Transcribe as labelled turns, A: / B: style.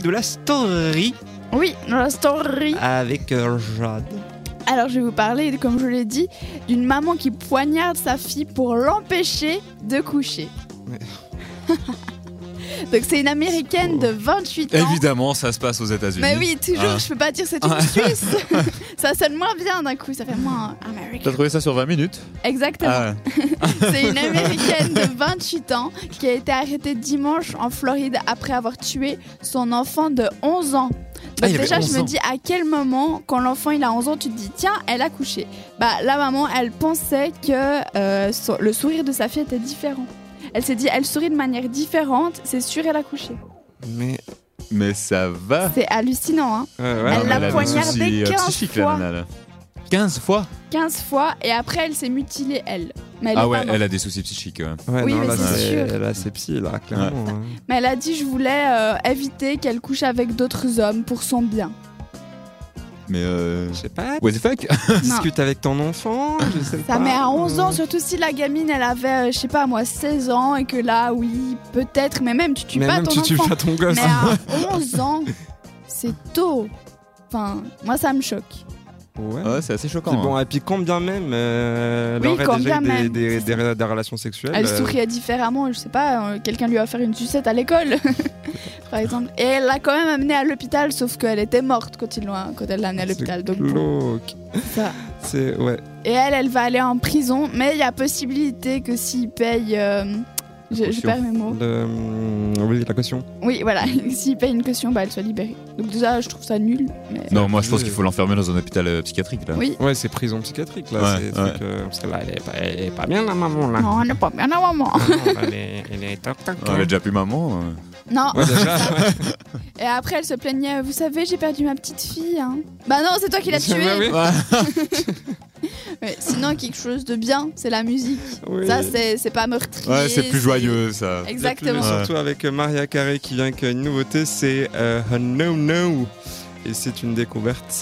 A: de la story
B: Oui, dans la story.
A: avec euh, Jade.
B: Alors je vais vous parler, comme je l'ai dit, d'une maman qui poignarde sa fille pour l'empêcher de coucher.
A: Ouais.
B: Donc c'est une américaine de 28 ans.
C: Oh. Évidemment, ça se passe aux États-Unis.
B: Mais oui, toujours,
C: Ah.
B: je peux pas dire c'est une
C: Ah.
B: Suisse. ça sonne moins bien d'un coup, ça fait moins American.
C: T'as trouvé ça sur 20 minutes
B: Exactement.
C: Ah,
B: C'est une américaine de 28 ans qui a été arrêtée dimanche en Floride après avoir tué son enfant de 11 ans.
C: Ah,
B: Donc
C: il avait
B: déjà, je
C: 11
B: me
C: ans.
B: dis à quel moment, quand l'enfant il a 11 ans, tu te dis tiens, elle a couché. Bah la maman, elle pensait que euh, son- le sourire de sa fille était différent. Elle s'est dit elle sourit de manière différente, c'est sûr elle a couché.
A: Mais euh,
C: Mais ça va.
B: C'est hallucinant hein.
A: ouais,
B: Elle
A: ouais,
B: l'a
A: mais
C: a des
B: poignardé
C: soucis, euh,
B: 15
C: psychiques,
B: fois.
C: La nana, là. 15 fois
B: 15 fois et après elle s'est mutilée elle. Mais elle, est
C: Ah
B: pas
C: ouais,
B: morte.
C: elle a des soucis psychiques. ouais.
A: Ouais,
B: Oui,
A: non,
B: mais
A: là,
B: c'est sûr.
A: là, c'est psy, là, clairement. hein.
B: Mais elle a dit je voulais euh, éviter qu'elle couche avec d'autres hommes pour son bien.
C: Mais euh...
A: Je sais pas,
C: What the fuck
B: Non.
A: discute avec ton enfant, je sais pas.
B: Ça met à 11 ans,
A: Euh,
B: surtout si la gamine elle avait, euh, je sais pas moi, 16 ans et que là, oui, peut-être, mais même tu tues
A: Mais
B: pas
A: même
B: ton
A: tu tues
B: enfant.
A: pas ton gosse.
B: mais à 11 ans, c'est tôt. Enfin, moi ça me choque. euh,
A: Ouais.
C: Ouais, c'est assez choquant.
A: Puis bon,
C: hein.
A: et puis quand bien même, euh, elle
B: Oui,
A: aurait
B: quand
A: déjà eu
B: bien
A: des,
B: même.
A: des- des- des relations sexuelles.
B: Elle
A: euh,
B: souriait différemment, je sais pas, euh, quelqu'un lui a offert une sucette à l'école, par exemple. Et elle l'a quand même amenée à l'hôpital, sauf qu'elle était morte quand, ils l'ont- quand elle l'a amenée à
A: c'est
B: l'hôpital. Donc bon,
A: glauque.
B: ça.
A: C'est ouais.
B: Et elle, elle va aller en prison, mais il y a possibilité que s'il paye. euh, je, je
C: Caution.
B: perds mes mots.
A: Le, hum, oui, la caution.
B: Oui, voilà, s'il paye une caution, bah, elle soit libérée. Donc déjà, je trouve ça nul. Mais...
C: Non, moi je pense qu'il faut l'enfermer dans un hôpital euh, psychiatrique là.
B: Oui.
A: Ouais, c'est prison psychiatrique là.
C: Ouais,
A: c'est des
C: ouais.
A: trucs, euh, parce que là, elle est, pas, elle est pas bien la maman là.
B: Non, on n'a pas bien un moment.
A: Ah, non, elle, est, elle est toc toc.
C: Ah, elle a déjà plus maman. euh.
B: Non.
A: Ouais, déjà, ouais.
B: Et après, elle se plaignait. Vous savez, j'ai perdu ma petite fille. hein. Bah non, c'est toi qui l'as
A: Ouais,
B: tuée.
A: oui.
B: Mais sinon, quelque chose de bien, c'est la musique.
A: Oui.
B: Ça, c'est c'est pas meurtrier.
C: Ouais, c'est plus joyeux ça.
B: Exactement.
A: Mais surtout avec euh, Maria Carey qui vient avec euh, une nouveauté, c'est euh, No No. Et c'est une découverte.